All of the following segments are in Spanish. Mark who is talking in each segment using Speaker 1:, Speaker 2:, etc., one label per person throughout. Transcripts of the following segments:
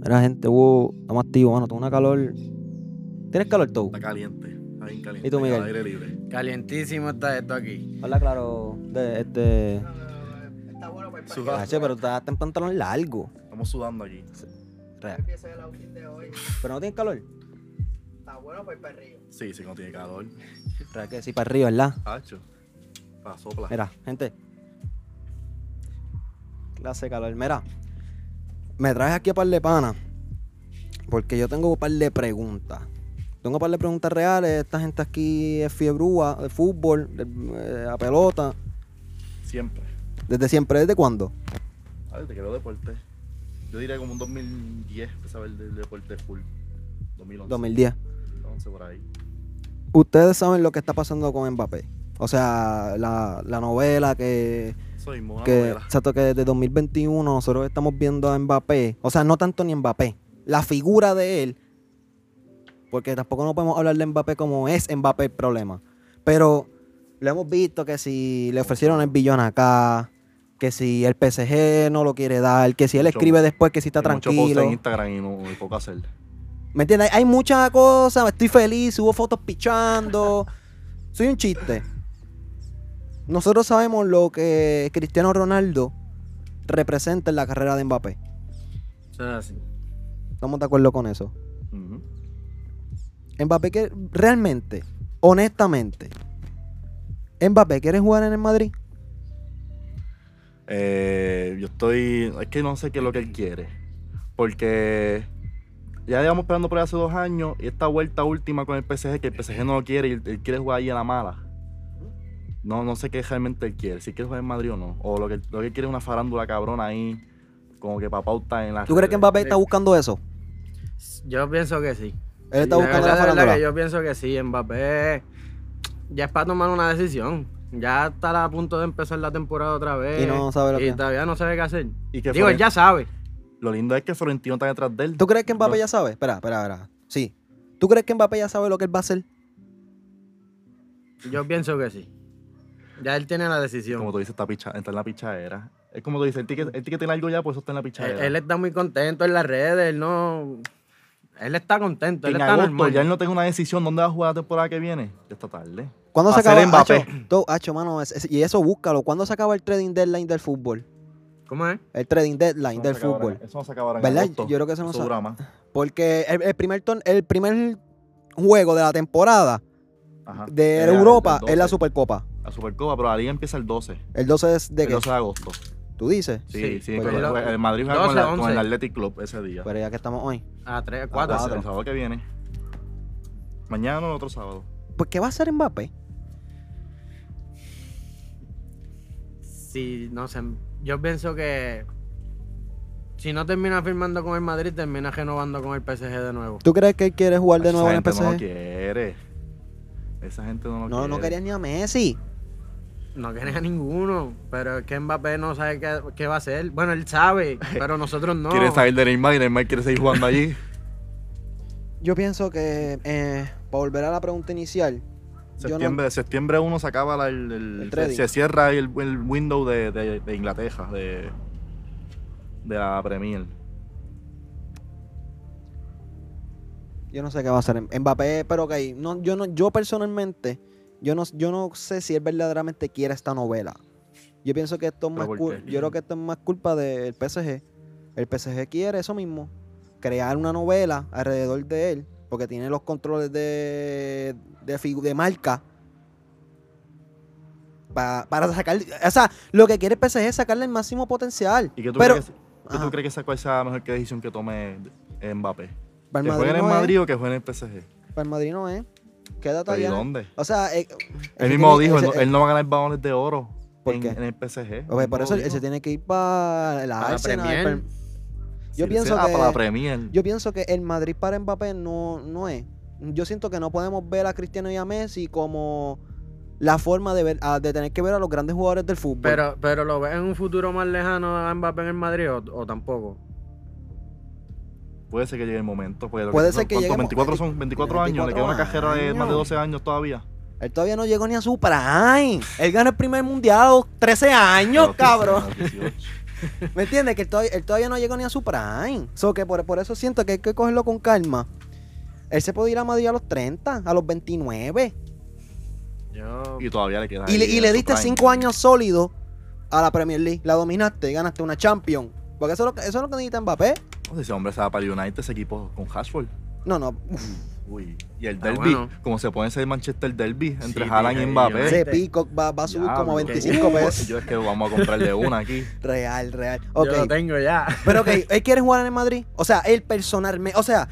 Speaker 1: Mira, gente, wow, estamos activos, mano. Tengo una calor. ¿Tienes calor, tú?
Speaker 2: Está caliente, está bien caliente.
Speaker 1: ¿Y tú, Miguel?
Speaker 2: al aire libre.
Speaker 3: Calientísimo está esto aquí.
Speaker 1: Habla claro de este.
Speaker 4: Está bueno para el
Speaker 2: Sudado.
Speaker 1: Cache, pero estás en pantalón largo.
Speaker 2: Estamos sudando aquí.
Speaker 1: Real.
Speaker 4: empieza el outfit de hoy.
Speaker 1: Pero no tienes calor.
Speaker 4: Está bueno para el perrillo.
Speaker 2: Sí, sí, no tiene calor.
Speaker 1: Real que sí, para arriba, ¿verdad?
Speaker 2: Hacho. Pa' sopla.
Speaker 1: Mira, gente. Clase de calor. Mira, me traes aquí a par de pana. Porque yo tengo un par de preguntas. Tengo un par de preguntas reales. Esta gente aquí es fiebrúa de fútbol, de, eh, a pelota.
Speaker 2: Siempre.
Speaker 1: ¿Desde siempre? ¿Desde cuándo?
Speaker 2: A ver, te creo deporte. Yo diría como un 2010 empecé a ver el deporte full. 2011.
Speaker 1: 2010.
Speaker 2: 2011 por ahí.
Speaker 1: Ustedes saben lo que está pasando con Mbappé. O sea, la, la novela que,
Speaker 2: Soy mona
Speaker 1: que,
Speaker 2: novela.
Speaker 1: exacto, que desde 2021 nosotros estamos viendo a Mbappé. O sea, no tanto ni Mbappé. La figura de él. Porque tampoco no podemos hablar de Mbappé como es Mbappé el problema. Pero lo hemos visto que si le ofrecieron el billón acá, que si el PSG no lo quiere dar, que si él
Speaker 2: Mucho-
Speaker 1: escribe después que si está
Speaker 2: Hay Mucho post en
Speaker 1: tranquilo.
Speaker 2: Instagram y no hay poco hacer.
Speaker 1: ¿Me entiendes? Hay muchas cosas, estoy feliz, subo fotos pichando. Soy un chiste. Nosotros sabemos lo que Cristiano Ronaldo representa en la carrera de Mbappé.
Speaker 3: Eso es así.
Speaker 1: Estamos de acuerdo con eso.
Speaker 2: Ujú.
Speaker 1: Mbappé que realmente, honestamente, Mbappé quiere jugar en el Madrid.
Speaker 2: Eh, yo estoy. Es que no sé qué es lo que él quiere. Porque ya llevamos esperando por ahí hace dos años y esta vuelta última con el PSG, que el PSG no lo quiere y él, él quiere jugar ahí a la mala. No, no sé qué realmente él quiere, si quiere jugar en Madrid o no. O lo que, lo que él quiere es una farándula cabrona ahí, como que para pauta en la.
Speaker 1: ¿Tú crees que Mbappé está buscando eso?
Speaker 3: Yo pienso que sí.
Speaker 1: Él está
Speaker 3: Sí,
Speaker 1: buscando la
Speaker 3: de verdad, de verdad
Speaker 1: farándula.
Speaker 3: que yo pienso que sí, Mbappé ya es para tomar una decisión. Ya está a punto de empezar la temporada otra vez.
Speaker 1: Y no sabe lo
Speaker 3: y
Speaker 1: que-
Speaker 3: todavía no sabe qué hacer.
Speaker 2: Y que
Speaker 3: Digo, él
Speaker 2: Floren-
Speaker 3: ya sabe.
Speaker 2: Lo lindo es que Florentino está detrás de él.
Speaker 1: ¿Tú crees que Mbappé
Speaker 2: No.
Speaker 1: ya sabe? Espera, espera, espera. Sí. ¿Tú crees que Mbappé ya sabe lo que él va a hacer?
Speaker 3: Yo pienso que sí. Ya él tiene la decisión.
Speaker 2: Como tú dices, está, picha, está en la pichadera. Es como tú dices, el ticket, el ticket tiene algo ya, pues eso está en la
Speaker 3: Él,
Speaker 2: pichadera.
Speaker 3: él está muy contento en las redes, él no. Él está contento, él
Speaker 2: en
Speaker 3: está
Speaker 2: agosto
Speaker 3: normal.
Speaker 2: ya él no tiene una decisión dónde va a jugar la temporada que viene. Ya está tarde.
Speaker 1: ¿Cuándo se
Speaker 2: Hacer
Speaker 1: acaba
Speaker 2: Mbappé.
Speaker 1: Hacho, to- Hacho, mano, es- es- y eso búscalo. ¿Cuándo se acaba el trading deadline del fútbol?
Speaker 3: ¿Cómo es?
Speaker 1: El trading deadline
Speaker 2: Eso no
Speaker 1: del
Speaker 2: se acabará-
Speaker 1: fútbol.
Speaker 2: Eso no se acabará en
Speaker 1: ¿Verdad?
Speaker 2: agosto.
Speaker 1: Yo creo que eso no se-
Speaker 2: dura más.
Speaker 1: Porque el, el primer ton- el primer juego de la temporada
Speaker 2: Ajá.
Speaker 1: de
Speaker 2: Era Ah, el-
Speaker 1: Europa
Speaker 2: el
Speaker 1: es la
Speaker 2: 12,
Speaker 1: Supercopa.
Speaker 2: La Supercopa, pero la liga empieza el 12.
Speaker 1: El 12 es de
Speaker 2: el
Speaker 1: qué?
Speaker 2: 12 de agosto.
Speaker 1: Tú dices.
Speaker 2: Sí, sí.
Speaker 3: Sí,
Speaker 1: pues
Speaker 2: con-
Speaker 1: ya-
Speaker 2: juega- el Madrid juega
Speaker 3: 12,
Speaker 2: con, la- con
Speaker 3: 11.
Speaker 2: el Athletic Club ese día.
Speaker 1: Pero ya que estamos hoy.
Speaker 3: A tres,
Speaker 2: Ah,
Speaker 3: cuatro.
Speaker 2: pues, El sábado que viene. Mañana o otro sábado.
Speaker 1: Pues ¿qué va a hacer Mbappé?
Speaker 3: Si no sé. Yo pienso que. Si no termina firmando con el Madrid, termina renovando con el PSG de nuevo.
Speaker 1: ¿Tú crees que él quiere jugar de
Speaker 2: Esa
Speaker 1: nuevo en el
Speaker 2: gente no lo
Speaker 1: PSG?
Speaker 2: quiere. Esa gente no lo
Speaker 1: No,
Speaker 2: quiere.
Speaker 1: no quería ni a Messi.
Speaker 3: No quiere a ninguno. Pero es que Mbappé no sabe qué, qué va a hacer. Bueno, él sabe, pero nosotros no.
Speaker 2: Quiere salir de Neymar y Neymar quiere seguir jugando allí.
Speaker 1: Yo pienso que, eh, para volver a la pregunta inicial, yo no-
Speaker 2: Septiembre, septiembre 1 se acaba la- el, el-
Speaker 1: El
Speaker 2: se,
Speaker 1: trading.
Speaker 2: se cierra el, el window de, de- de Inglaterra, de, de la Premier.
Speaker 1: Yo no sé qué va a hacer M- Mbappé, pero ok, no, yo no, yo personalmente, yo no, yo no sé si él verdaderamente quiere esta novela. Yo pienso que esto es
Speaker 2: ¿Pero
Speaker 1: más
Speaker 2: por
Speaker 1: cul-
Speaker 2: qué?
Speaker 1: yo creo que esto es más culpa del PSG. El PSG quiere eso mismo, crear una novela alrededor de él, porque tiene los controles de de, figu- de marca. pa- para sacar, o sea, lo que quiere el PSG es sacarle el máximo potencial.
Speaker 2: ¿Y qué tú,
Speaker 1: pero ah,
Speaker 2: crees, que- qué tú
Speaker 1: Ajá.
Speaker 2: crees que esa cosa es la mejor que decisión que tome Mbappé?
Speaker 1: para
Speaker 2: ¿Que
Speaker 1: el Madrid
Speaker 2: juegue en el
Speaker 1: no es,
Speaker 2: Madrid o que juegue en el PSG?
Speaker 1: para el Madrid no es. Quédate
Speaker 2: ¿Pero y
Speaker 1: allá.
Speaker 2: dónde?
Speaker 1: O sea, eh,
Speaker 2: Él
Speaker 1: ese
Speaker 2: mismo
Speaker 1: tiene-
Speaker 2: dijo, él,
Speaker 1: ese-
Speaker 2: no- él no va a ganar balones de oro
Speaker 1: ¿Por
Speaker 2: en,
Speaker 1: qué?
Speaker 2: en el PSG.
Speaker 1: Ok, por eso él se tiene que ir para la
Speaker 3: Para la
Speaker 1: Arsenal,
Speaker 3: Premier.
Speaker 1: per- yo pienso que-
Speaker 2: Ah, para la Premier.
Speaker 1: Yo pienso que el Madrid para Mbappé no, no es. Yo siento que no podemos ver a Cristiano y a Messi como la forma de ver, a- de tener que ver a los grandes jugadores del fútbol.
Speaker 3: Pero, pero lo ves en un futuro más lejano a Mbappé en el Madrid o, o tampoco.
Speaker 2: Puede ser que llegue el momento. porque lo
Speaker 1: Puede
Speaker 2: son-
Speaker 1: ser que
Speaker 2: ¿cuánto?
Speaker 1: llegue el mo-
Speaker 2: 24 son 24 años, le queda una
Speaker 1: 24
Speaker 2: cajera de más de
Speaker 1: años.
Speaker 2: 12 años todavía.
Speaker 1: él todavía no llegó ni a su prime. Él ganó el primer mundial a los 13 años,
Speaker 2: Pero,
Speaker 1: cabrón.
Speaker 2: 18.
Speaker 1: ¿Me entiendes? Que él todavía, él todavía no llegó ni a su prime. So que por, por eso siento que hay que cogerlo con calma. Él se puede ir a Madrid a los 30, a los 29.
Speaker 3: Yo.
Speaker 2: Y todavía le queda.
Speaker 1: Y le,
Speaker 2: ahí
Speaker 1: y
Speaker 2: en
Speaker 1: le
Speaker 2: su
Speaker 1: diste
Speaker 2: prime.
Speaker 1: 5 años sólidos a la Premier League. La dominaste y ganaste una Champions. Porque eso es lo que, eso es lo que necesita Mbappé.
Speaker 2: No sé si ese hombre se va para el United, ese equipo con Hashford.
Speaker 1: No, no. uf,
Speaker 2: Uy. Y el
Speaker 3: Está
Speaker 2: derby,
Speaker 3: Ah, bueno.
Speaker 2: como se pone ese Manchester derby entre
Speaker 3: Sí, eh,
Speaker 2: Haaland
Speaker 3: tío,
Speaker 2: y
Speaker 3: yo-
Speaker 2: Mbappé.
Speaker 1: ese Peacock va, va a subir como
Speaker 2: Diablo.
Speaker 1: 25
Speaker 2: Uh,
Speaker 1: pesos.
Speaker 2: Yo es que vamos a comprarle una aquí.
Speaker 1: Real, real.
Speaker 3: Yo lo
Speaker 1: Ok.
Speaker 3: tengo ya.
Speaker 1: Pero ok, él quiere jugar en el Madrid. O sea, él personalmente. O sea,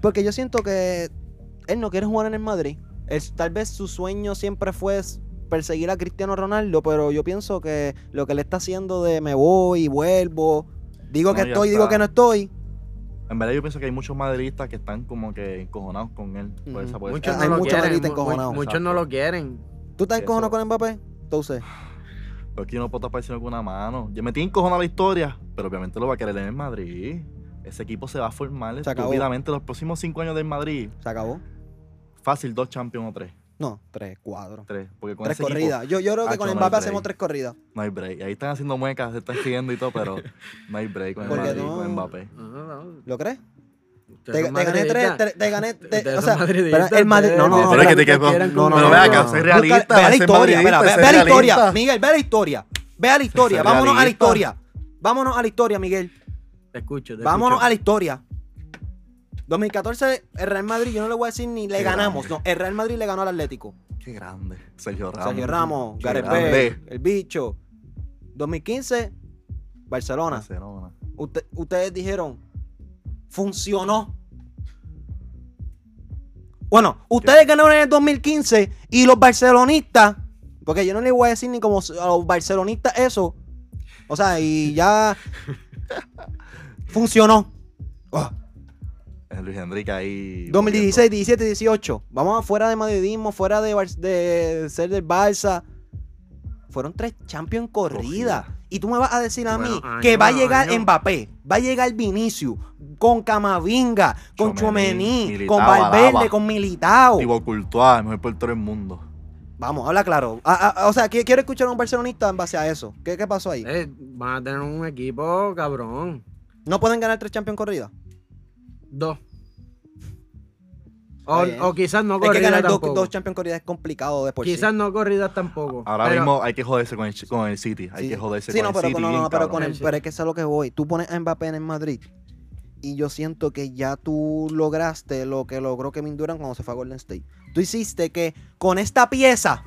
Speaker 1: porque yo siento que él no quiere jugar en el Madrid. Él- tal vez su sueño siempre fue s- perseguir a Cristiano Ronaldo, pero yo pienso que lo que le está haciendo de me voy y vuelvo, digo
Speaker 2: No,
Speaker 1: que
Speaker 2: ya
Speaker 1: estoy, digo
Speaker 2: está.
Speaker 1: que no estoy.
Speaker 2: En verdad yo pienso que hay muchos madridistas que están como que encojonados con él. Por esa,
Speaker 1: Ujú.
Speaker 2: por
Speaker 1: Muchos
Speaker 2: esa-
Speaker 3: Muchos
Speaker 1: hay
Speaker 3: no lo
Speaker 1: mucho
Speaker 3: quieren.
Speaker 1: Madrid
Speaker 3: mu- mu-
Speaker 1: encojonado.
Speaker 3: Muchos no lo quieren.
Speaker 1: ¿Tú estás
Speaker 2: Sí,
Speaker 1: encojonado
Speaker 2: eso-
Speaker 1: con Mbappé? Entonces,
Speaker 2: Pero es que yo no puedo estar pareciendo con una mano. Yo me tiene encojonada la historia, pero obviamente lo va a querer en el Madrid. Ese equipo se va a formar
Speaker 1: Se acabó.
Speaker 2: estúpidamente los próximos cinco años del Madrid.
Speaker 1: se acabó.
Speaker 2: Fácil, dos Champions o tres.
Speaker 1: No, tres, cuatro.
Speaker 2: Tres. Porque con
Speaker 1: Tres
Speaker 2: ese equipo Ah,
Speaker 1: corridas. Yo, yo creo que
Speaker 2: Hacho,
Speaker 1: con
Speaker 2: no hay
Speaker 1: Mbappé
Speaker 2: break.
Speaker 1: hacemos tres corridas.
Speaker 2: no hay break. Ahí están haciendo muecas, se están siguiendo y todo, pero no hay break con el
Speaker 1: Porque
Speaker 2: Madrid,
Speaker 1: no-
Speaker 2: con Mbappé.
Speaker 3: No, no, no.
Speaker 1: ¿Lo crees? Te,
Speaker 3: Ustedes
Speaker 1: te
Speaker 3: son
Speaker 1: gané tres,
Speaker 3: madridistas.
Speaker 1: te, te gané. te-
Speaker 3: Ustedes
Speaker 1: o
Speaker 3: son
Speaker 1: sea,
Speaker 3: madridistas,
Speaker 1: pero el Madrid. No, no, no.
Speaker 3: ustedes-
Speaker 2: Pero es
Speaker 1: espérate.
Speaker 2: que te quedas
Speaker 3: quieran
Speaker 1: No, no,
Speaker 2: Pero
Speaker 1: no,
Speaker 2: ve
Speaker 1: no,
Speaker 2: acá,
Speaker 1: no.
Speaker 2: soy
Speaker 1: Busca-
Speaker 2: realista,
Speaker 1: Ve a la
Speaker 2: soy
Speaker 1: historia,
Speaker 2: madridista,
Speaker 1: espera, ve,
Speaker 2: soy
Speaker 1: ve a la
Speaker 2: realista.
Speaker 1: historia. Miguel, ve a la historia. Ve a la historia.
Speaker 2: Soy
Speaker 1: Vámonos a la
Speaker 2: realista.
Speaker 1: historia. Vámonos a la historia, Miguel.
Speaker 3: Te escucho. te
Speaker 1: Vámonos
Speaker 3: escucho.
Speaker 1: a la historia. 2014, el Real Madrid, yo no le voy a decir ni le
Speaker 2: Qué
Speaker 1: ganamos. No,
Speaker 2: grande.
Speaker 1: el Real Madrid le ganó al Atlético.
Speaker 2: Qué grande. Sergio Ramos.
Speaker 1: Sergio Ramos,
Speaker 2: Qué
Speaker 1: Gareth
Speaker 2: grande.
Speaker 1: Bale, el bicho. 2015, Barcelona.
Speaker 2: Barcelona.
Speaker 1: Usted- ustedes dijeron, funcionó. Bueno, ustedes ganaron en el 2015 y los barcelonistas, porque yo no les voy a decir ni como a los barcelonistas eso. O sea, y ya funcionó. Ah,
Speaker 2: eh, Luis Enrique ahí.
Speaker 1: 2016, 17, 18. Vamos afuera de madridismo, fuera de, Bar- de ser del Barça. Fueron tres champions corridas.
Speaker 2: Corrida.
Speaker 1: Y tú me vas a decir a mí
Speaker 3: Bueno,
Speaker 1: que
Speaker 3: año,
Speaker 1: va a llegar
Speaker 3: año.
Speaker 1: Mbappé, va a llegar Vinicius, con Camavinga, con
Speaker 2: Tchouaméni,
Speaker 1: Chomení,
Speaker 2: Militao,
Speaker 1: con Valverde,
Speaker 2: Alaba.
Speaker 1: con Militao.
Speaker 2: Thibaut Courtois, el mejor portero del mundo.
Speaker 1: Vamos, habla claro. Ah, ah, o sea, qui- quiero escuchar a un barcelonista en base a eso. ¿Qué, qué pasó ahí?
Speaker 3: Eh, van a tener un equipo cabrón.
Speaker 1: ¿No pueden ganar tres champions corridas?
Speaker 3: Dos. O,
Speaker 1: Está bien.
Speaker 3: o quizás no
Speaker 1: Es que
Speaker 3: corridas
Speaker 1: ganar dos, pues,
Speaker 3: tampoco.
Speaker 1: dos champions corridas es complicado después.
Speaker 3: quizás no corridas tampoco.
Speaker 2: Ahora
Speaker 3: pero-
Speaker 2: mismo hay que joderse con el, chi- con el City. Hay
Speaker 1: Sí,
Speaker 2: que
Speaker 1: sí.
Speaker 2: joderse
Speaker 1: Sí,
Speaker 2: con
Speaker 1: no,
Speaker 2: el
Speaker 1: pero,
Speaker 2: City.
Speaker 1: no, no,
Speaker 2: bien
Speaker 1: no, pero
Speaker 2: cabrón.
Speaker 1: con el,
Speaker 3: Sí.
Speaker 1: pero es que eso es lo que voy. Tú pones a Mbappé en el Madrid y yo siento que ya tú lograste lo que logró Kevin Durant cuando se fue a Golden State. Tú hiciste que con esta pieza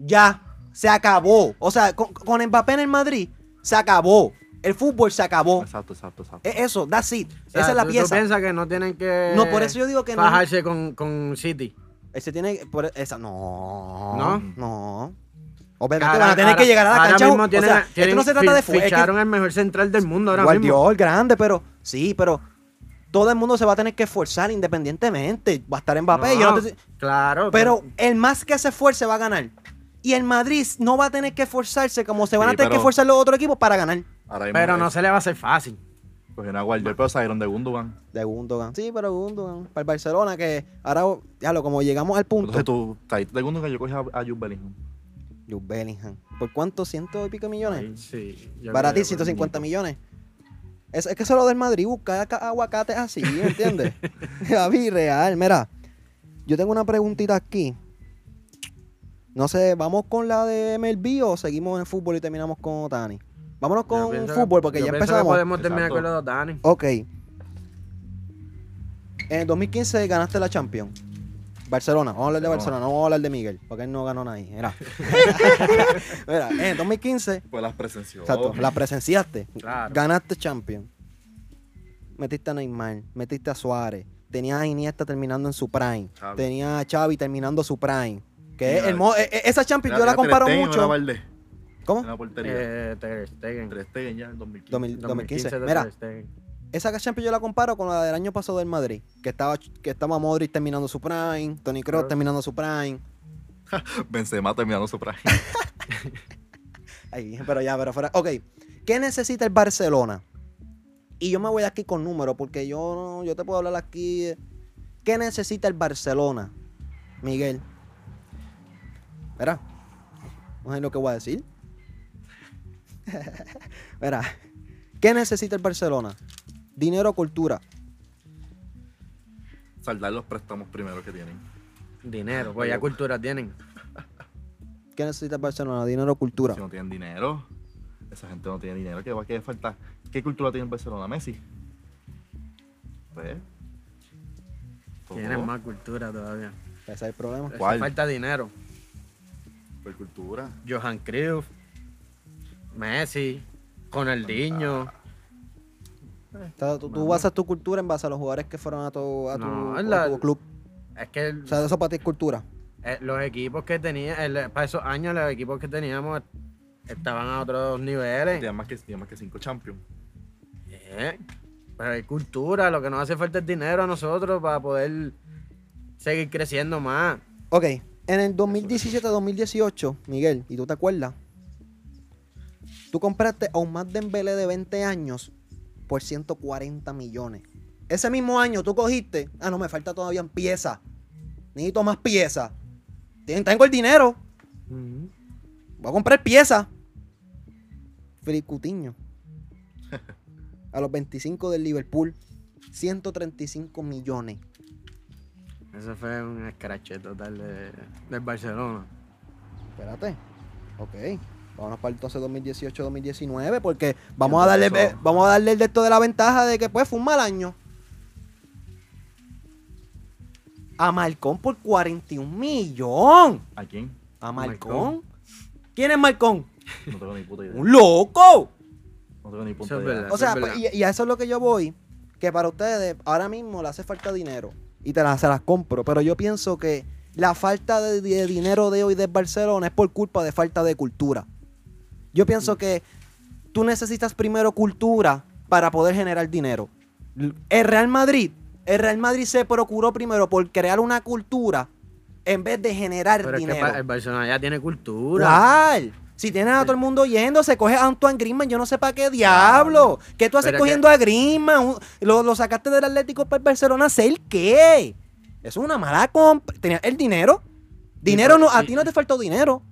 Speaker 1: ya se acabó. O sea, con, con Mbappé en el Madrid se acabó. El fútbol se acabó.
Speaker 2: Exacto, exacto, exacto.
Speaker 1: Es eso, that's it.
Speaker 3: o sea,
Speaker 1: Esa es la
Speaker 3: tú- tú
Speaker 1: pieza.
Speaker 3: piensas que no tienen que.
Speaker 1: No, por eso yo digo que no.
Speaker 3: Fajarse con, con City.
Speaker 1: Él se tiene que- por- e, esa, no.
Speaker 3: ¿No?
Speaker 1: No. Obviamente
Speaker 3: Ahora-
Speaker 1: van a tener
Speaker 3: ahora-
Speaker 1: que llegar a la
Speaker 3: ahora
Speaker 1: cancha.
Speaker 3: mismo
Speaker 1: o
Speaker 3: tienen-
Speaker 1: sea, esto
Speaker 3: tienen-
Speaker 1: no se trata de
Speaker 3: fi-
Speaker 1: fútbol. es que-
Speaker 3: Ficharon el mejor central del mundo ahora mismo.
Speaker 1: Guardiol, grande, pero sí, pero todo el mundo se va a tener que esforzar independientemente. Va a estar Mbappé. yo no
Speaker 3: No,
Speaker 1: te-
Speaker 3: Claro.
Speaker 1: pero el más que se esfuerce va a ganar. Y el Madrid no va a tener que esforzarse como se van a
Speaker 2: Sí,
Speaker 1: tener que
Speaker 2: pero-
Speaker 1: esforzar los otros equipos para ganar.
Speaker 2: Ahora mismo
Speaker 3: Pero no
Speaker 2: es-
Speaker 3: se le va a hacer fácil.
Speaker 2: Cogieron a Guardiola, pero salieron de Gundogan.
Speaker 1: De Gundogan. Sí, pero Gundogan. Para el Barcelona, que ahora, ya lo, como llegamos al punto.
Speaker 2: Entonces tú saliste de Gundogan, yo cogí a, a Jude Bellingham.
Speaker 1: Jude Bellingham. ¿Por cuánto? ¿Ciento y pico millones?
Speaker 3: Sí. yo
Speaker 1: Para ti,
Speaker 3: creo que-
Speaker 1: 150 millones. Es, es que eso es lo del Madrid, buscar aca- aguacates así, ¿me entiendes? David, real. Mira, yo tengo una preguntita aquí. No sé, ¿vamos con la de MLB o seguimos en fútbol y terminamos con Otani? Vámonos
Speaker 3: yo
Speaker 1: con
Speaker 3: pienso que-
Speaker 1: fútbol porque
Speaker 3: yo
Speaker 1: ya
Speaker 3: pienso que
Speaker 1: empezamos.
Speaker 3: podemos terminar
Speaker 2: Exacto.
Speaker 3: con los Dani.
Speaker 1: Ok. En el 2015 ganaste la Champions. Barcelona, vamos a hablar de Barcelona,
Speaker 2: Barcelona.
Speaker 1: no vamos a hablar de Miguel, porque él no ganó nada ahí. Mira, Mira en el 2015
Speaker 2: Pues las presenció.
Speaker 1: Exacto, la presenciaste.
Speaker 3: Claro.
Speaker 1: Ganaste Champions. Metiste a Neymar, metiste a Suárez, tenías a Iniesta terminando en su prime,
Speaker 2: Xavi.
Speaker 1: tenías a Xavi terminando su prime. Que es
Speaker 2: Mira,
Speaker 1: hermo- e- e- esa Champions yo la comparo mucho. ¿Cómo?
Speaker 2: En la portería.
Speaker 3: Eh, Ter Stegen.
Speaker 2: Ter Stegen ya en 2015.
Speaker 1: 2000 2015.
Speaker 3: 2015 de
Speaker 1: Mira,
Speaker 3: Ter Stegen.
Speaker 1: esa Champions yo la comparo con la del año pasado del Madrid, que estaba que estaba Modric terminando su prime, Tony Kroos
Speaker 3: Claro.
Speaker 1: terminando su prime.
Speaker 2: Benzema terminando su prime.
Speaker 1: Ay, pero ya, pero fuera. Ok, ¿qué necesita el Barcelona? Y yo me voy de aquí con números, porque yo no- yo te puedo hablar aquí. eh. ¿Qué necesita el Barcelona, Miguel? Verá, no sé lo que voy a decir. Verá, ¿Qué necesita el Barcelona? Dinero o cultura.
Speaker 2: Saldar los préstamos primero que tienen.
Speaker 3: Dinero, pues ya cultura tienen.
Speaker 1: ¿Qué necesita el Barcelona? Dinero o cultura.
Speaker 2: Si no tienen dinero, esa gente no tiene dinero. ¿Qué va a querer faltar? ¿Qué cultura tiene el Barcelona? Messi. Pues. todo.
Speaker 3: Tienen más cultura todavía.
Speaker 1: Ese es el problema.
Speaker 3: Les
Speaker 2: ¿Cuál?
Speaker 3: falta dinero.
Speaker 2: Pues cultura.
Speaker 3: Johan Cruyff, Messi, Ronaldinho.
Speaker 1: O sea, tú, tú basas tu cultura en base a los jugadores que fueron a tu, a tu-
Speaker 3: No,
Speaker 1: a
Speaker 3: la-
Speaker 1: tu club.
Speaker 3: Es que el-
Speaker 1: O sea, eso para ti es cultura.
Speaker 3: eh, los equipos que tenía, el- para esos años los equipos que teníamos estaban a otros niveles.
Speaker 2: Tiene más que, tiene más que cinco champions.
Speaker 3: Eh, Pero hay cultura, lo que nos hace falta es dinero a nosotros para poder seguir creciendo más.
Speaker 1: Ok, en el 2017-2018, Miguel, ¿y tú te acuerdas? Tú compraste a un Matt Dembélé de 20 años por 140 millones. Ese mismo año tú cogiste, ah, no, me falta todavía en piezas. Necesito más piezas. Ten- Tengo el dinero, voy a comprar piezas. Felipe Coutinho. A los 25 del Liverpool, 135 millones.
Speaker 3: Ese fue un escrache total de, del Barcelona.
Speaker 1: Espérate. Ok. Vámonos para entonces 2018-2019 porque vamos a darle eh, vamos a darle el de esto de la ventaja de que pues fue un mal año. A Malcón por 41 millón.
Speaker 2: ¿A quién?
Speaker 1: A Malcón.
Speaker 3: Malcón.
Speaker 1: ¿Quién es Malcón?
Speaker 2: No tengo ni puta idea.
Speaker 1: Un loco.
Speaker 2: No tengo ni puta
Speaker 3: Eso es
Speaker 2: idea.
Speaker 3: verdad.
Speaker 1: O sea,
Speaker 3: es
Speaker 1: pues, y, y a eso es lo que yo voy. Que para ustedes ahora mismo le hace falta dinero. Y te las, se las compro. Pero yo pienso que la falta de, de dinero de hoy de Barcelona es por culpa de falta de cultura. Yo
Speaker 3: Mm.
Speaker 1: pienso que tú necesitas primero cultura para poder generar dinero. El Real Madrid, el Real Madrid se procuró primero por crear una cultura en vez de generar
Speaker 3: Pero es que
Speaker 1: dinero. Ah.
Speaker 3: pa- el Barcelona ya tiene cultura.
Speaker 1: ¿Cuál? Si tienes a todo el mundo yendo, se coge a Antoine Griezmann, yo no sé para qué diablo. ¿Qué tú haces
Speaker 3: Pero es
Speaker 1: cogiendo a Griezmann? Un- Lo, lo sacaste del Atlético para el Barcelona, ¿sé el qué? Es una mala compra. ¿Tenías el dinero? Dinero no, a
Speaker 3: y-
Speaker 1: ti no te faltó dinero.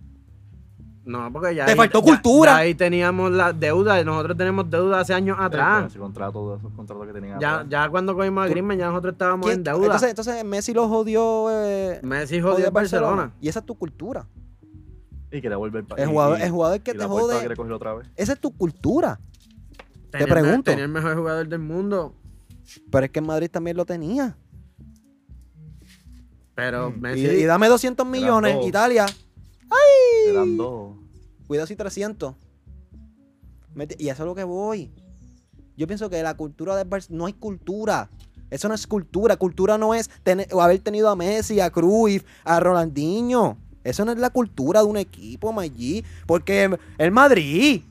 Speaker 3: No, porque ya.
Speaker 1: Te
Speaker 3: ahí-
Speaker 1: faltó
Speaker 3: ya-
Speaker 1: cultura.
Speaker 3: ya ahí teníamos la deuda. Nosotros tenemos deuda hace años atrás.
Speaker 2: Ese contrato, todos esos contratos que tenían
Speaker 3: Ya,
Speaker 2: atrás.
Speaker 3: ya cuando cogimos a Griezmann, ya nosotros estábamos
Speaker 1: ¿Quién-
Speaker 3: en deuda.
Speaker 1: Entonces, entonces Messi lo jodió. eh,
Speaker 3: Messi
Speaker 1: jodió
Speaker 3: jodió
Speaker 1: el
Speaker 3: el Barcelona.
Speaker 1: Y esa es tu cultura.
Speaker 2: Pues, Y quería volver para
Speaker 1: El jugador, el jugador que
Speaker 2: y
Speaker 1: te
Speaker 2: la puerta la
Speaker 1: jode.
Speaker 2: quiere coger otra vez.
Speaker 1: Esa es tu cultura.
Speaker 3: Tenía el me-
Speaker 1: pregunto.
Speaker 3: Tenía el mejor jugador del mundo.
Speaker 1: Pero es que en Madrid también lo tenía.
Speaker 3: Pero
Speaker 2: Mm,
Speaker 1: Y,
Speaker 3: Messi.
Speaker 1: y dame 200
Speaker 2: Eran
Speaker 1: millones,
Speaker 2: dos.
Speaker 1: Italia.
Speaker 2: Eran dos.
Speaker 1: Cuidado si 300. Mete- y eso es lo que voy. Yo pienso que la cultura de Barcelona no hay cultura. Eso no es cultura. Cultura no es tener, o haber tenido a Messi, a Cruyff, a Rolandinho. Eso no es la cultura de un equipo, Maggi. Porque el Madrid.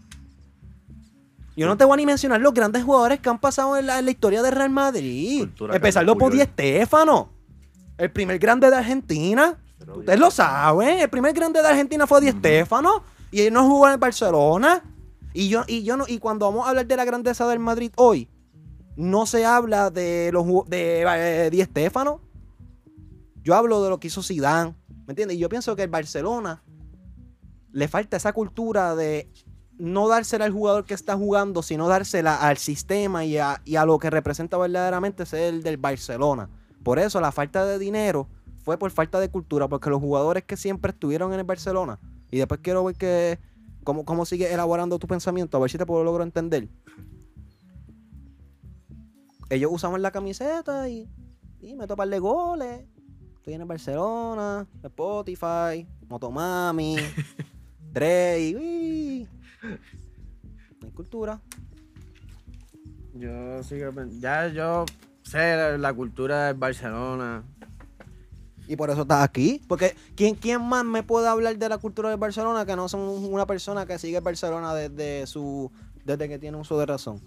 Speaker 1: Yo no te voy a ni mencionar los grandes jugadores que han pasado en la, en la historia del Real Madrid.
Speaker 2: Cultura
Speaker 1: Empezarlo por Di
Speaker 2: Carlos
Speaker 1: Stéfano. El primer grande de Argentina.
Speaker 2: Pero
Speaker 1: Ustedes lo saben, el primer grande de Argentina fue Di
Speaker 2: Ujú.
Speaker 1: Stéfano y él no jugó en el Barcelona. Y yo, y yo no, y cuando vamos a hablar de la grandeza del Madrid hoy, no se habla de los ju- de eh, Di Stéfano. Yo hablo de lo que hizo Zidane, ¿me entiendes? Y yo pienso que el Barcelona le falta esa cultura de no dársela al jugador que está jugando, sino dársela al sistema y a, y a lo que representa verdaderamente ser el del Barcelona. Por eso la falta de dinero fue por falta de cultura, porque los jugadores que siempre estuvieron en el Barcelona, y después quiero ver que, cómo, cómo sigue elaborando tu pensamiento, a ver si te puedo logro entender. Ellos usaban la camiseta y, y meto un par de goles. Estoy en el Barcelona, Spotify, Motomami, Dre, uy. No hay cultura.
Speaker 3: Yo sigo pen- Ya yo sé la, la cultura del Barcelona.
Speaker 1: Y por eso estás aquí. Porque ¿quién, ¿quién más me puede hablar de la cultura del Barcelona que no son un- una persona que sigue el Barcelona desde su desde que tiene uso de razón?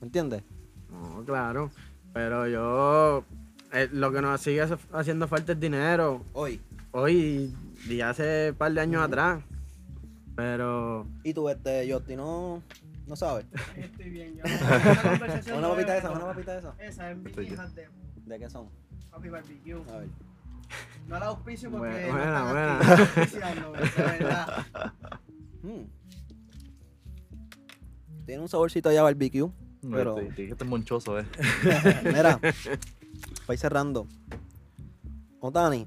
Speaker 1: ¿Me entiendes?
Speaker 3: No, claro. Pero yo. eh, lo que nos sigue hace- haciendo falta es dinero.
Speaker 1: Hoy.
Speaker 3: Hoy y hace un par de años atrás. Pero.
Speaker 1: Y tú, este, Justin, no, no sabes.
Speaker 4: Estoy bien, yo. Esta conversación
Speaker 1: Una
Speaker 4: no
Speaker 1: papita
Speaker 4: es
Speaker 1: esa, una
Speaker 4: mejor.
Speaker 1: papita esa.
Speaker 4: Esa es mi
Speaker 2: Estoy Ah.
Speaker 4: hija de
Speaker 1: ¿De qué son?
Speaker 4: papi barbecue.
Speaker 1: A ver.
Speaker 4: No la auspicio porque
Speaker 3: Buena,
Speaker 4: no están
Speaker 3: buena,
Speaker 4: aquí auspiciando, de verdad.
Speaker 1: Mm. Hmm. Tiene un saborcito allá a barbecue. Pero-
Speaker 2: Te- te dijiste monchoso, eh.
Speaker 1: Mira, vais cerrando. Otani.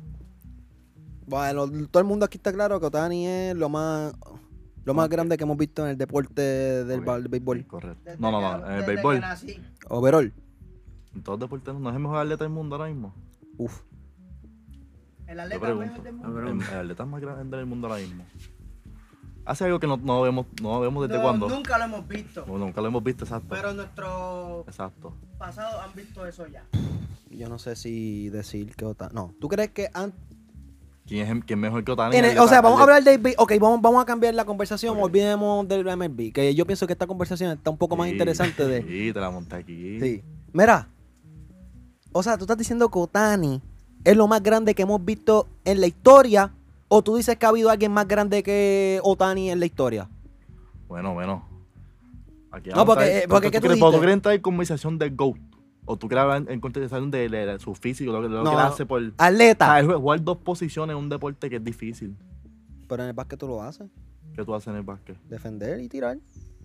Speaker 1: Bueno, todo el mundo aquí está claro que Otani es lo más lo más grande que hemos visto en el deporte del ba- del béisbol.
Speaker 2: Correcto.
Speaker 4: Desde
Speaker 2: No, no,
Speaker 4: que-
Speaker 2: no. En el
Speaker 4: desde que
Speaker 2: béisbol.
Speaker 4: nací.
Speaker 1: Overall.
Speaker 2: En todos los deportes no es el mejor atleta del mundo ahora mismo.
Speaker 1: Uf.
Speaker 4: El atleta
Speaker 2: pregunto.
Speaker 4: mejor del mundo.
Speaker 3: A ver,
Speaker 2: El, el atleta más grande del mundo ahora mismo. Hace algo que no, no vemos, no vemos desde
Speaker 4: No,
Speaker 2: cuándo.
Speaker 4: Nunca lo hemos visto.
Speaker 2: No, nunca lo hemos visto, exacto.
Speaker 4: Pero nuestros
Speaker 2: Exacto.
Speaker 4: pasados han visto eso ya.
Speaker 1: Yo no sé si decir que Otani. No. ¿Tú crees que an-
Speaker 2: ¿Quién es el- quién mejor que Otani?
Speaker 1: En el-
Speaker 2: Atleta-
Speaker 1: o sea, vamos a
Speaker 2: atleta-
Speaker 1: hablar del... bi- Ok, vamos, vamos a cambiar la conversación.
Speaker 2: Ok.
Speaker 1: Olvidemos del MLB. Que yo pienso que esta conversación está un poco más
Speaker 2: Sí,
Speaker 1: interesante de...
Speaker 2: Sí, te la monté aquí.
Speaker 1: Sí. Mira. O sea, tú estás diciendo que Otani es lo más grande que hemos visto en la historia. O tú dices que ha habido alguien más grande que Otani en la historia.
Speaker 2: Bueno, bueno. Aquí
Speaker 1: No,
Speaker 2: vamos a
Speaker 1: porque-
Speaker 2: estar-
Speaker 1: eh, porque
Speaker 2: ¿tú
Speaker 1: ¿qué tú
Speaker 2: crees- ¿Tú
Speaker 1: dijiste?
Speaker 2: quieres entrar en conversación de GOAT? ¿O tú quieres hablar en- en conversación de, de- de su físico, lo, que- lo
Speaker 1: No.
Speaker 2: que él hace por... Ah,
Speaker 1: Atleta.
Speaker 2: es jugar dos posiciones en un deporte que es difícil.
Speaker 1: Pero en el básquet tú lo haces.
Speaker 2: ¿Qué tú haces en el básquet?
Speaker 1: defender y tirar.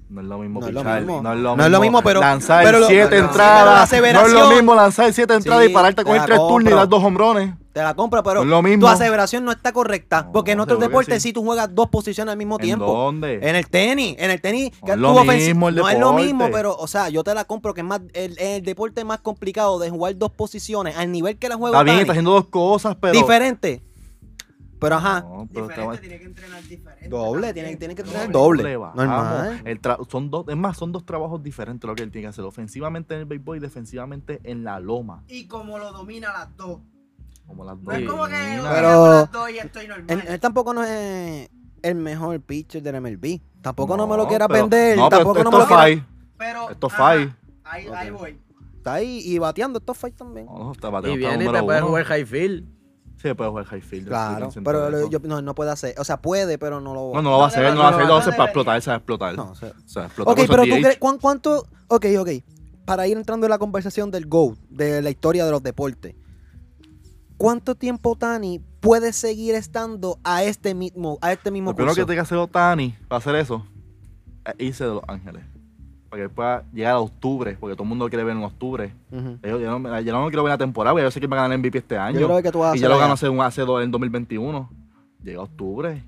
Speaker 2: No es lo mismo
Speaker 1: No es lo
Speaker 2: pichar,
Speaker 1: mismo.
Speaker 2: no es lo mismo.
Speaker 1: No es lo mismo, pero-
Speaker 2: Lanzar
Speaker 1: pero lo-
Speaker 2: siete
Speaker 3: pero
Speaker 1: la
Speaker 2: entradas. No es lo
Speaker 1: aseveración-
Speaker 2: mismo lanzar siete entradas y pararte a
Speaker 1: te la
Speaker 2: coger tres turnos y
Speaker 1: compro.
Speaker 2: dar dos hombrones.
Speaker 1: Te la compro, pero
Speaker 2: No es lo mismo.
Speaker 1: tu aseveración no está correcta.
Speaker 2: No,
Speaker 1: porque en otros
Speaker 2: seguro que
Speaker 1: deportes
Speaker 2: sí.
Speaker 1: sí. tú juegas dos posiciones al mismo
Speaker 2: ¿En
Speaker 1: tiempo.
Speaker 2: dónde?
Speaker 1: En el tenis, en el tenis,
Speaker 2: No
Speaker 1: que
Speaker 2: es
Speaker 1: tu
Speaker 2: lo
Speaker 1: ofensi-
Speaker 2: mismo el
Speaker 1: no es lo
Speaker 2: deporte.
Speaker 1: mismo, pero, o sea, yo te la compro que es más, el, el deporte más complicado de jugar dos posiciones al nivel que la juega
Speaker 2: Está bien,
Speaker 1: Otani,
Speaker 2: está haciendo dos cosas, pero...
Speaker 1: diferente. Pero ajá,
Speaker 2: No, pero
Speaker 4: Diferente,
Speaker 2: está-
Speaker 4: tiene que entrenar diferente.
Speaker 1: doble,
Speaker 4: también.
Speaker 1: tienen, tienen que
Speaker 4: No,
Speaker 1: tener
Speaker 4: el
Speaker 1: doble.
Speaker 2: bajamos.
Speaker 1: Normal.
Speaker 2: El tra- son dos, es más, son dos trabajos diferentes lo que él tiene que hacer. Ofensivamente en el béisbol y defensivamente en la loma.
Speaker 4: Y como lo domina las dos.
Speaker 2: Como las
Speaker 4: No
Speaker 2: dos.
Speaker 4: es como que
Speaker 2: Mira,
Speaker 4: yo
Speaker 1: Pero-
Speaker 4: hago las dos y estoy normal.
Speaker 1: Él, él tampoco no es el mejor pitcher del MLB. Tampoco no,
Speaker 2: no,
Speaker 1: me lo quiera
Speaker 2: pero-
Speaker 1: vender,
Speaker 2: No, pero
Speaker 1: tampoco
Speaker 2: esto
Speaker 1: no me lo
Speaker 2: es
Speaker 1: quiera.
Speaker 2: fine.
Speaker 4: pero,
Speaker 2: esto es
Speaker 4: ajá,
Speaker 2: fine.
Speaker 4: Ahí,
Speaker 2: Ok.
Speaker 4: ahí voy.
Speaker 1: Está ahí y bateando estos fights también.
Speaker 2: No, no, está bateando,
Speaker 3: Y
Speaker 2: está
Speaker 3: viene y te
Speaker 2: número
Speaker 3: puede
Speaker 2: uno.
Speaker 3: jugar high field.
Speaker 2: Sí, puede jugar high field.
Speaker 1: Claro,
Speaker 2: estoy consciente
Speaker 1: pero
Speaker 2: de
Speaker 1: lo-
Speaker 2: eso.
Speaker 1: yo- no, no puede hacer. O sea, puede, pero no lo
Speaker 2: No, no lo va a
Speaker 4: No
Speaker 2: hacer,
Speaker 4: debe-
Speaker 2: no lo va a
Speaker 4: no
Speaker 2: hacer,
Speaker 4: debe-
Speaker 2: lo va a hacer
Speaker 4: no
Speaker 2: para
Speaker 4: debería.
Speaker 2: explotar, se va a explotar.
Speaker 1: No, o sea,
Speaker 2: O sea, explotó
Speaker 1: Ok,
Speaker 2: con esos
Speaker 1: pero tú
Speaker 2: 10.
Speaker 1: crees, ¿cuán- ¿cuánto? Ok, ok. Para ir entrando en la conversación del GOAT, de la historia de los deportes. ¿Cuánto tiempo Tani puede seguir estando a este mismo, a este mismo
Speaker 2: Lo primero
Speaker 1: curso?
Speaker 2: que tiene que hacer Otani para hacer eso es irse de Los Ángeles. Para que pueda llegar a octubre, porque todo el mundo lo quiere ver en octubre.
Speaker 1: Ujú.
Speaker 2: Yo, yo no, me- yo no me quiero ver la temporada, porque yo sé que él va a ganar el MVP este año.
Speaker 1: Yo creo que tú vas a
Speaker 2: y
Speaker 1: hacer
Speaker 2: ya lo ganó
Speaker 1: allá.
Speaker 2: hace, un- hace dos en 2021. Llega octubre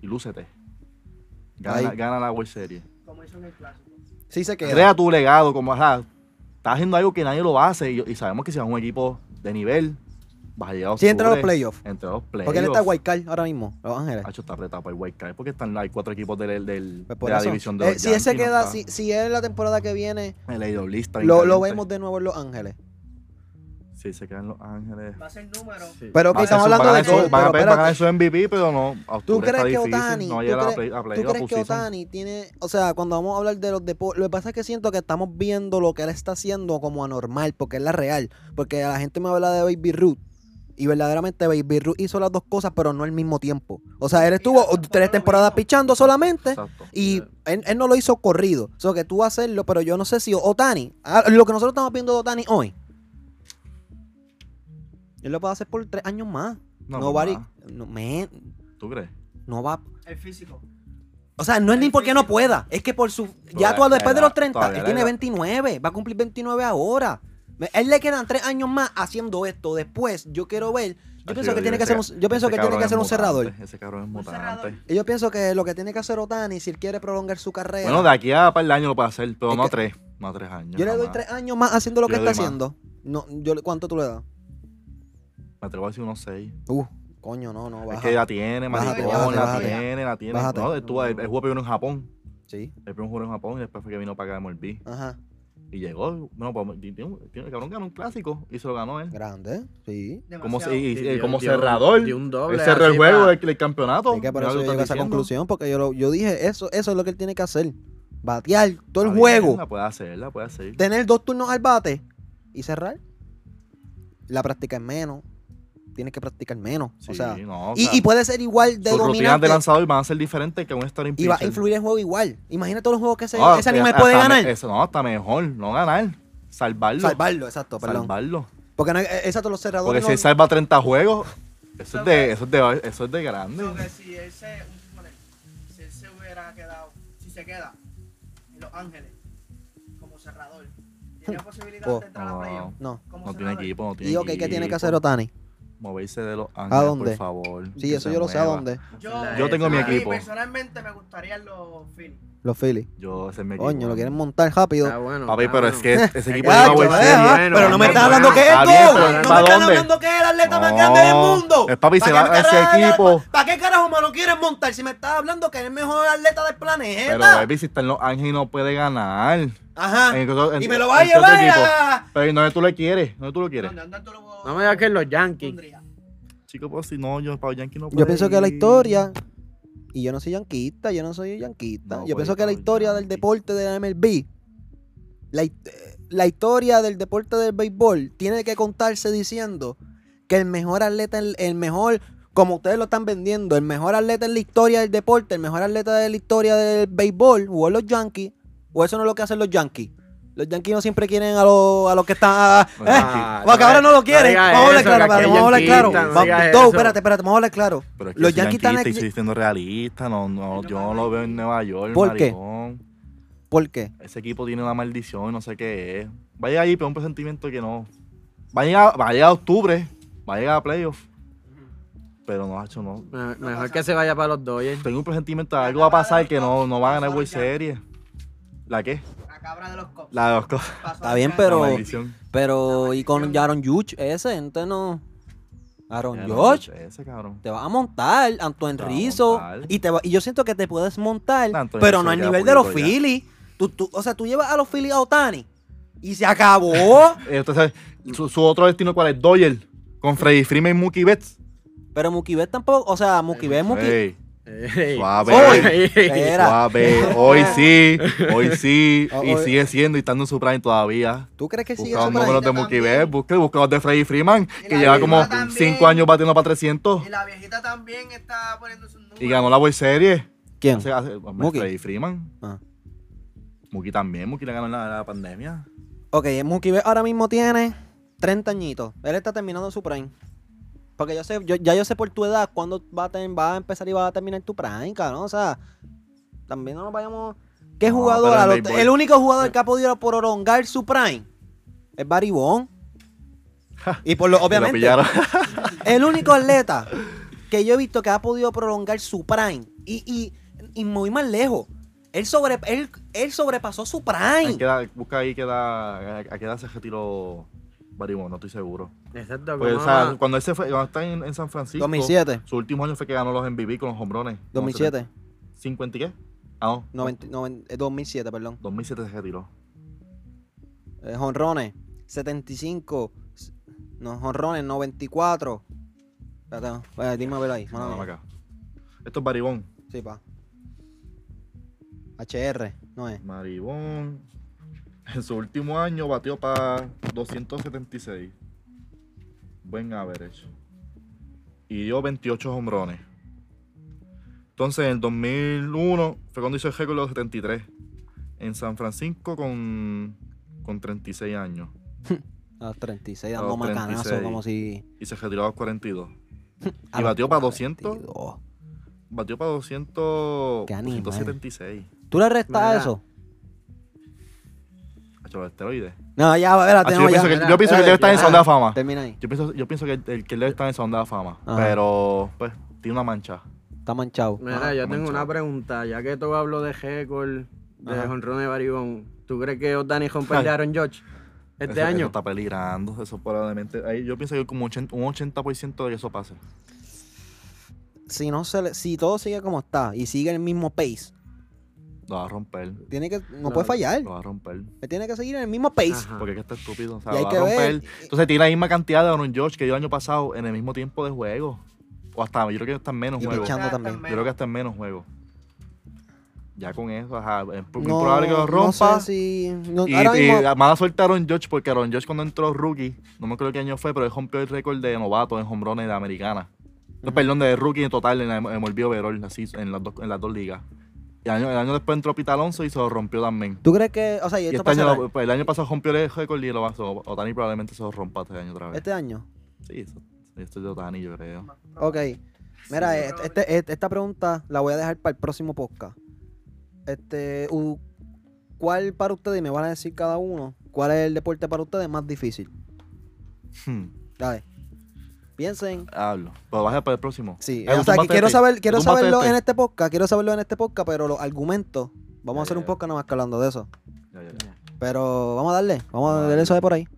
Speaker 2: y lúcete. Gana,
Speaker 1: Ahí.
Speaker 2: gana la World Series.
Speaker 4: Como hizo en el clásico.
Speaker 1: Sí se queda.
Speaker 2: Crea tu legado, como ajá, estás haciendo algo que nadie lo hace y, y sabemos que si es un equipo de nivel, vas a llegar a
Speaker 1: Sí, entra a los
Speaker 2: octubre,
Speaker 1: playoffs.
Speaker 2: Entre los playoffs.
Speaker 1: Porque él está Wildcard ahora mismo, Los Ángeles.
Speaker 2: Hacho está apretado para el wild card, porque están hay cuatro equipos del, del-
Speaker 1: Pues
Speaker 2: de
Speaker 1: por
Speaker 2: la
Speaker 1: eso.
Speaker 2: división de
Speaker 1: Eh,
Speaker 2: los
Speaker 1: si él se
Speaker 2: Yankees, no
Speaker 1: queda,
Speaker 2: está-
Speaker 1: si, si es la temporada que viene,
Speaker 2: El AEW está bien
Speaker 1: lo, lo
Speaker 2: caliente.
Speaker 1: vemos de nuevo en Los Ángeles.
Speaker 2: Sí, se quedan Los Ángeles.
Speaker 4: Va a ser número.
Speaker 1: Pero ok,
Speaker 2: Va a
Speaker 1: estamos
Speaker 2: ser su-
Speaker 1: hablando
Speaker 2: van a
Speaker 1: de
Speaker 2: ser su-
Speaker 1: GOAT,
Speaker 2: Van
Speaker 1: pero
Speaker 2: a van a ganar
Speaker 1: espérate.
Speaker 2: su MVP, pero no. a
Speaker 1: ¿Tú
Speaker 2: octubre
Speaker 1: crees
Speaker 2: está
Speaker 1: que
Speaker 2: difícil,
Speaker 1: Otani,
Speaker 2: No
Speaker 1: tú
Speaker 2: llega a
Speaker 1: crees-
Speaker 2: play- a
Speaker 1: ¿Tú
Speaker 2: playoff, a
Speaker 1: crees que
Speaker 2: postseason.
Speaker 1: Otani tiene, o sea, cuando vamos a hablar de los deportes, lo que pasa es que siento que estamos viendo lo que él está haciendo como anormal, porque es la real, porque la gente me habla de Baby Ruth y verdaderamente Baby Ruth hizo las dos cosas, pero no al mismo tiempo. O sea, él estuvo
Speaker 4: tampoco
Speaker 1: tres
Speaker 4: lo
Speaker 1: temporadas
Speaker 4: vimos.
Speaker 1: pichando solamente
Speaker 2: Exacto.
Speaker 1: y él, él no lo hizo corrido. O sea, que tú vas a hacerlo, pero yo no sé si Otani, ah, lo que nosotros estamos viendo de Otani hoy, él lo puede hacer por tres años más. No,
Speaker 2: No,
Speaker 1: Nobody,
Speaker 2: mamá.
Speaker 1: no, man,
Speaker 2: ¿Tú crees?
Speaker 1: no va.
Speaker 4: El físico.
Speaker 1: O sea, no es ni porque no pueda, es que por su. Ya
Speaker 2: Todavía
Speaker 1: tú,
Speaker 2: la
Speaker 1: después de
Speaker 2: edad,
Speaker 1: los 30,
Speaker 2: todavía
Speaker 1: él
Speaker 2: la
Speaker 1: tiene
Speaker 2: edad.
Speaker 1: 29, va a cumplir 29 ahora. Me- Él le quedan tres años más haciendo esto. Después, yo quiero ver. Yo pienso que tiene que ser un, yo pienso que tiene que ser un cerrador.
Speaker 2: Ese cabrón es
Speaker 4: Un
Speaker 2: mutante.
Speaker 4: cerrador.
Speaker 1: Y yo pienso que lo que tiene que hacer Otani, si él quiere prolongar su carrera,
Speaker 2: Bueno, de aquí a par de años lo puede hacer, pero
Speaker 1: Es
Speaker 2: no
Speaker 1: que-
Speaker 2: tres. No tres años.
Speaker 1: yo le doy
Speaker 2: jamás.
Speaker 1: tres años más haciendo lo
Speaker 2: Yo
Speaker 1: que
Speaker 2: le
Speaker 1: está
Speaker 2: doy más.
Speaker 1: haciendo. No, yo, le- ¿Cuánto tú le das?
Speaker 2: Me atrevo a decir unos seis.
Speaker 1: Uh, coño, no, no,
Speaker 2: Es
Speaker 1: baja.
Speaker 2: que ya tiene,
Speaker 1: Bájate,
Speaker 2: maricón, la
Speaker 1: bájate,
Speaker 2: tiene, la tiene.
Speaker 1: Bájate.
Speaker 2: No, él estuvo- él él jugó primero en Japón.
Speaker 1: Sí,
Speaker 2: El primero jugó en Japón y después fue que vino para acá de MLB.
Speaker 1: ajá.
Speaker 2: Y llegó, bueno, pues, tiene un- tiene- el cabrón ganó un clásico y se lo ganó él.
Speaker 1: Grande, sí.
Speaker 2: Como,
Speaker 4: Demasiado.
Speaker 2: se- y- y-
Speaker 3: Sí, dio-
Speaker 2: como
Speaker 3: dio-
Speaker 2: cerrador,
Speaker 3: dio un doble
Speaker 2: él cerró el
Speaker 3: así
Speaker 2: juego eh.
Speaker 3: pa-
Speaker 2: del del campeonato.
Speaker 1: Es que por
Speaker 2: Mira
Speaker 1: eso
Speaker 2: lo
Speaker 1: yo llegué
Speaker 2: que
Speaker 1: a
Speaker 2: estás
Speaker 1: esa
Speaker 2: diciendo.
Speaker 1: conclusión, porque yo, lo- yo dije, eso, eso es lo que él tiene que hacer. Batear todo el
Speaker 2: Está bien,
Speaker 1: juego.
Speaker 2: La puede hacer, la puede hacer.
Speaker 1: tener dos turnos al bate y cerrar. La práctica es menos. Tienes que practicar menos. o
Speaker 2: Sí,
Speaker 1: sea,
Speaker 2: no, o
Speaker 1: y,
Speaker 2: sea,
Speaker 1: y puede ser igual de
Speaker 2: sus rutinas de
Speaker 1: dominante.
Speaker 2: lanzador van a ser diferentes que un starting
Speaker 1: y va a
Speaker 2: pitcher.
Speaker 1: influir el juego igual. Imagina todos los juegos que ese,
Speaker 2: No,
Speaker 1: ese
Speaker 2: hasta-
Speaker 1: animal puede
Speaker 2: hasta me-
Speaker 1: ganar.
Speaker 2: eso, no, hasta mejor, no ganar. Salvarlo.
Speaker 1: Salvarlo, exacto, perdón.
Speaker 2: salvarlo.
Speaker 1: Porque no, eh, exacto, los
Speaker 2: Porque
Speaker 1: cerradores.
Speaker 2: si
Speaker 1: no-
Speaker 2: él salva 30 juegos, eso es de, eso es de, eso es de grande.
Speaker 4: So que si él se, un- bueno, si él se hubiera quedado, si se queda en en Los Ángeles como cerrador. ¿Tiene posibilidad
Speaker 1: Oh.
Speaker 4: de entrar a playoff?
Speaker 1: No.
Speaker 4: Como
Speaker 2: No tiene
Speaker 4: cerrador?
Speaker 2: equipo, no tiene
Speaker 1: Y ok, ¿qué tiene que hacer
Speaker 2: equipo.
Speaker 1: Otani?
Speaker 2: Moverse de los ángeles,
Speaker 1: dónde?
Speaker 2: por favor.
Speaker 1: Sí,
Speaker 2: que
Speaker 1: eso
Speaker 2: se
Speaker 1: yo lo sé a
Speaker 2: mueva.
Speaker 1: dónde.
Speaker 4: Yo,
Speaker 3: Yo
Speaker 2: tengo mi
Speaker 4: a mí
Speaker 2: equipo.
Speaker 4: personalmente me gustaría los Phillies.
Speaker 1: Los Phillies.
Speaker 2: Yo, ese es mi equipo. Ah.
Speaker 1: Coño, lo quieren montar rápido.
Speaker 3: Está bueno.
Speaker 2: Papi,
Speaker 3: está
Speaker 2: pero
Speaker 3: bueno.
Speaker 2: es que ese equipo
Speaker 1: Gacho,
Speaker 2: lleva World
Speaker 1: ¿ves?
Speaker 2: Series.
Speaker 1: Ah,
Speaker 3: bueno,
Speaker 1: pero no me
Speaker 3: bueno,
Speaker 1: estás hablando que es
Speaker 2: está
Speaker 1: el
Speaker 2: bien,
Speaker 1: GOAT. No
Speaker 2: pero
Speaker 1: me
Speaker 2: ¿pa'
Speaker 1: estás
Speaker 2: dónde?
Speaker 1: hablando que es el atleta más
Speaker 2: No.
Speaker 1: grande del mundo.
Speaker 2: El papi se
Speaker 1: ¿Para
Speaker 2: va
Speaker 1: qué
Speaker 2: a ese
Speaker 1: carajo-
Speaker 2: equipo.
Speaker 1: ¿Para qué carajo me lo quieren montar si me estás hablando que es el mejor atleta del planeta?
Speaker 2: Pero baby, si está en los ángeles y no puede ganar.
Speaker 1: Ajá.
Speaker 2: En- en-
Speaker 1: Ah, Y me lo vas a
Speaker 2: en qué otro
Speaker 1: llevar
Speaker 2: equipo.
Speaker 1: a...
Speaker 2: Pero ¿y dónde tú le quieres? ¿Dónde tú lo quieres?
Speaker 4: ¿Dónde, dónde tú lo
Speaker 3: No me digas que es los Yankees.
Speaker 4: pondrías?
Speaker 2: Chico, pues si no, yo para Yankee no puedo.
Speaker 1: Yo pienso que la historia... Y yo no soy yanquista, yo no soy yanquista.
Speaker 2: No,
Speaker 1: yo
Speaker 2: pues,
Speaker 1: pienso que la
Speaker 2: no,
Speaker 1: historia del
Speaker 2: yanqui.
Speaker 1: deporte de la MLB, la, hi- la historia del deporte del béisbol, tiene que contarse diciendo que el mejor atleta, el, el mejor, como ustedes lo están vendiendo, el mejor atleta en la historia del deporte, el mejor atleta de la historia del béisbol, jugó en los Yankees, o eso no es lo que hacen los Yankees. Los Yankees no siempre quieren a los a los que están. a-
Speaker 2: No,
Speaker 1: eh,
Speaker 3: Ah,
Speaker 1: porque ahora no lo quieren.
Speaker 3: digas
Speaker 1: vamos a hablar
Speaker 3: eso,
Speaker 1: claro,
Speaker 3: que
Speaker 1: padre,
Speaker 3: aquí
Speaker 1: vamos a hablar
Speaker 3: hay
Speaker 1: claro.
Speaker 3: yanquistas, no
Speaker 1: Va-
Speaker 3: digas
Speaker 1: Todo,
Speaker 3: eso.
Speaker 1: espérate, espérate, vamos a hablar claro.
Speaker 2: Pero es que
Speaker 1: Los
Speaker 2: yo soy
Speaker 1: Yankees están
Speaker 2: yanquista y
Speaker 1: ex-
Speaker 2: estoy siendo realista. No, no, yo no lo veo en Nueva York,
Speaker 1: ¿Por qué?
Speaker 2: maricón.
Speaker 1: ¿Por qué?
Speaker 2: Ese equipo tiene una maldición, no sé qué es. Vaya ahí, pero un presentimiento que no. Va a llegar, va a, llegar a octubre, va a llegar a playoff. Pero no, hecho no.
Speaker 3: Me- Mejor que se vaya para los Dodgers.
Speaker 2: Tengo un presentimiento de algo va a pasar que no, no va a ganar World Series. ¿La qué?
Speaker 4: La cabra de los Cubs.
Speaker 2: La de los cosas.
Speaker 4: Pasó
Speaker 1: Está
Speaker 4: al
Speaker 1: bien,
Speaker 4: Yankee.
Speaker 1: pero-
Speaker 2: La maldición.
Speaker 1: Pero, ¿y con
Speaker 4: maldición.
Speaker 1: Aaron Judge ese? Entonces no. Aaron
Speaker 2: Ya no,
Speaker 1: Judge,
Speaker 2: Ese cabrón.
Speaker 1: te vas a montar, Antoine
Speaker 2: Te vas a
Speaker 1: Rizzo.
Speaker 2: montar.
Speaker 1: Y, te va- y yo siento que te puedes montar,
Speaker 2: No, Antoine
Speaker 1: pero
Speaker 2: Rizzo
Speaker 1: no al
Speaker 2: ya
Speaker 1: nivel de los
Speaker 2: pulito ya.
Speaker 1: Phillies. Tú, tú- o sea, tú llevas a los Phillies a Otani y se acabó.
Speaker 2: Entonces, Eh, su, su otro destino, ¿cuál es? Doyle. Con Freddy Freeman y Mookie Betts.
Speaker 1: pero Mookie Betts tampoco, o sea, Mookie Betts, Mookie.
Speaker 2: Ey,
Speaker 3: Ey.
Speaker 2: Suave.
Speaker 3: Ey.
Speaker 1: Espera.
Speaker 2: suave. Hoy sí, hoy sí.
Speaker 1: Oh,
Speaker 2: y
Speaker 1: hoy-
Speaker 2: sigue siendo y estando en su prime todavía.
Speaker 1: ¿Tú crees que sigue
Speaker 2: Busca los
Speaker 1: eso por ahí?
Speaker 2: números de
Speaker 4: También.
Speaker 2: Mookie Betts, busca, busca los de Freddy Freeman,
Speaker 4: Y
Speaker 2: que
Speaker 4: la
Speaker 2: lleva
Speaker 4: misma
Speaker 2: como
Speaker 4: también.
Speaker 2: 5 años batiendo para 300
Speaker 4: Y la viejita también está poniendo sus números.
Speaker 2: y ganó la World Series.
Speaker 1: ¿Quién?
Speaker 2: Hace- hace- hombre,
Speaker 1: Mookie.
Speaker 2: Freddy Freeman.
Speaker 1: Ah.
Speaker 2: Mookie también, Mookie la ganó en la, la pandemia.
Speaker 1: Ok, Mookie Betts ahora mismo tiene 30 añitos. Él está terminando su prime. Porque yo sé, yo- ya yo sé por tu edad cuándo va a, ten- va a empezar y va a terminar tu prime, cabrón. O sea, también no nos vayamos. ¿Qué
Speaker 2: No,
Speaker 1: jugador?
Speaker 2: pero en
Speaker 1: a lo-
Speaker 2: béisbol- Eh.
Speaker 1: el único jugador que ha podido prolongar su prime es Barry Bonds. Y por lo,
Speaker 2: Y lo
Speaker 1: obviamente,
Speaker 2: pillaron.
Speaker 1: el único atleta que yo he visto que ha podido prolongar su prime y, y, y muy más lejos. Él, sobre, él, él sobrepasó su prime.
Speaker 2: Ahí queda- busca ahí queda, a qué edad se retiró Barry Bonds, no estoy seguro.
Speaker 3: Exacto,
Speaker 2: Pues,
Speaker 3: como
Speaker 2: o sea,
Speaker 3: no-
Speaker 2: cuando él se fue, cuando está en, en San Francisco,
Speaker 1: 2007.
Speaker 2: su último año fue que ganó los MVP con los hombrones.
Speaker 1: 2007.
Speaker 2: 50 y qué? Ah, no.
Speaker 1: 90, 90, eh, 2007, perdón.
Speaker 2: 2007 se retiró.
Speaker 1: Eh, Jonrones, 75. s- No, jonrones, 94. Espérate, no, eh, dime a ver ahí. mano
Speaker 2: No, no,
Speaker 1: mía.
Speaker 2: Ah, acá. Esto es Barry Bonds.
Speaker 1: Sí, pa. HR, no es.
Speaker 2: Barry Bonds, En su último año batió para 276. Buen average. Y dio 28 hombrones. Entonces en el 2001 fue cuando hizo el récord de los 73. En San Francisco con, con 36 años.
Speaker 1: A los 36,
Speaker 2: A
Speaker 1: dando
Speaker 2: los
Speaker 1: macanazo
Speaker 2: 36.
Speaker 1: como si.
Speaker 2: Oh, Y se retiró a los 42.
Speaker 1: a
Speaker 2: Y
Speaker 1: los
Speaker 2: batió para 200.
Speaker 1: 42.
Speaker 2: Batió para 200,
Speaker 1: Qué animal.
Speaker 2: 276.
Speaker 1: ¿Tú le restas
Speaker 3: Mira.
Speaker 1: eso?
Speaker 2: Hacho, esteroides.
Speaker 1: No, ya, espérate,
Speaker 2: Hacho,
Speaker 1: no,
Speaker 2: Ah, yo,
Speaker 1: Ah, ya.
Speaker 2: pienso que,
Speaker 3: Mira,
Speaker 2: yo pienso que
Speaker 1: Espérate,
Speaker 2: debe estar en
Speaker 1: ya.
Speaker 2: Salón de la Fama.
Speaker 1: Termina ahí.
Speaker 2: Yo pienso, yo pienso que el, que él debe estar en Salón de la Fama,
Speaker 1: Ajá.
Speaker 2: pero pues tiene una mancha.
Speaker 1: Está manchado.
Speaker 3: Mira,
Speaker 2: Ajá,
Speaker 3: yo
Speaker 2: está
Speaker 3: tengo una
Speaker 2: manchado.
Speaker 3: pregunta. Ya que tú hablo de récord, de
Speaker 1: Ajá.
Speaker 3: jonrones de Baribón, ¿tú crees que Otani rompe el de
Speaker 2: Ay.
Speaker 3: Aaron George este
Speaker 2: Eso- eso
Speaker 3: año?
Speaker 2: está peligrando, eso probablemente. ahí yo pienso que como 80 un 80% de que eso pase.
Speaker 1: Si no se le- si todo sigue como está y sigue el mismo pace,
Speaker 2: Lo va a romper.
Speaker 1: tiene que. No
Speaker 3: Claro.
Speaker 1: puede fallar.
Speaker 2: Lo va a romper.
Speaker 1: Él Tiene que seguir en el mismo pace.
Speaker 3: Ajá.
Speaker 2: Porque es que está estúpido. O sea,
Speaker 1: Ah. Y hay
Speaker 2: lo va
Speaker 1: que
Speaker 2: a
Speaker 1: ver.
Speaker 2: romper. Entonces tiene la misma cantidad de Aaron George que dio el año pasado en el mismo tiempo de juego. O hasta, yo creo que hasta en menos
Speaker 1: Y
Speaker 2: juegos.
Speaker 1: pichando también.
Speaker 2: Yo creo que hasta en menos juegos. Ya con eso, ajá, es muy
Speaker 1: No,
Speaker 2: probable que lo rompa.
Speaker 1: No sé si. no,
Speaker 2: Y,
Speaker 1: ahora
Speaker 2: y
Speaker 1: mismo-
Speaker 2: la mala suerte a Aaron George, porque Aaron George cuando entró rookie, no me acuerdo qué año fue, pero él rompió el récord de novato en hombrones de americana. No,
Speaker 1: Ujú.
Speaker 2: perdón, de rookie en total en la MLB overall, así, en las dos, en las dos ligas. Y el año, el año después entró Pete Alonso y se lo rompió también.
Speaker 1: ¿Tú crees que.? O sea, y
Speaker 2: Y
Speaker 1: esto
Speaker 2: este año,
Speaker 1: pasará
Speaker 2: lo- pues, el año pasado rompió el récord y lo va a Otani probablemente se lo rompa este año otra vez.
Speaker 1: este año.
Speaker 2: Sí, eso, esto es de Otani, yo creo.
Speaker 1: Ok. Mira, e-,
Speaker 4: Sí,
Speaker 1: et-
Speaker 4: probable.
Speaker 1: este- et- esta pregunta la voy a dejar para el próximo podcast. Este. u- ¿Cuál para ustedes, y me van a decir cada uno, cuál es el deporte para ustedes más difícil?
Speaker 2: Hmm,
Speaker 1: Dale. Piensen.
Speaker 2: Hablo. Pero vas a para el próximo.
Speaker 1: Sí,
Speaker 2: Eh,
Speaker 1: o sea,
Speaker 2: tú
Speaker 1: que quiero
Speaker 2: mataste,
Speaker 1: saber, quiero
Speaker 2: tú mataste.
Speaker 1: saberlo en este podcast, quiero saberlo en este podcast, pero los argumentos, vamos a hacer un
Speaker 2: Ya, ya.
Speaker 1: podcast nada más que hablando de eso.
Speaker 2: Ya, ya, ya.
Speaker 1: Pero vamos a darle, vamos a
Speaker 2: Vamos a
Speaker 1: darle eso de por ahí.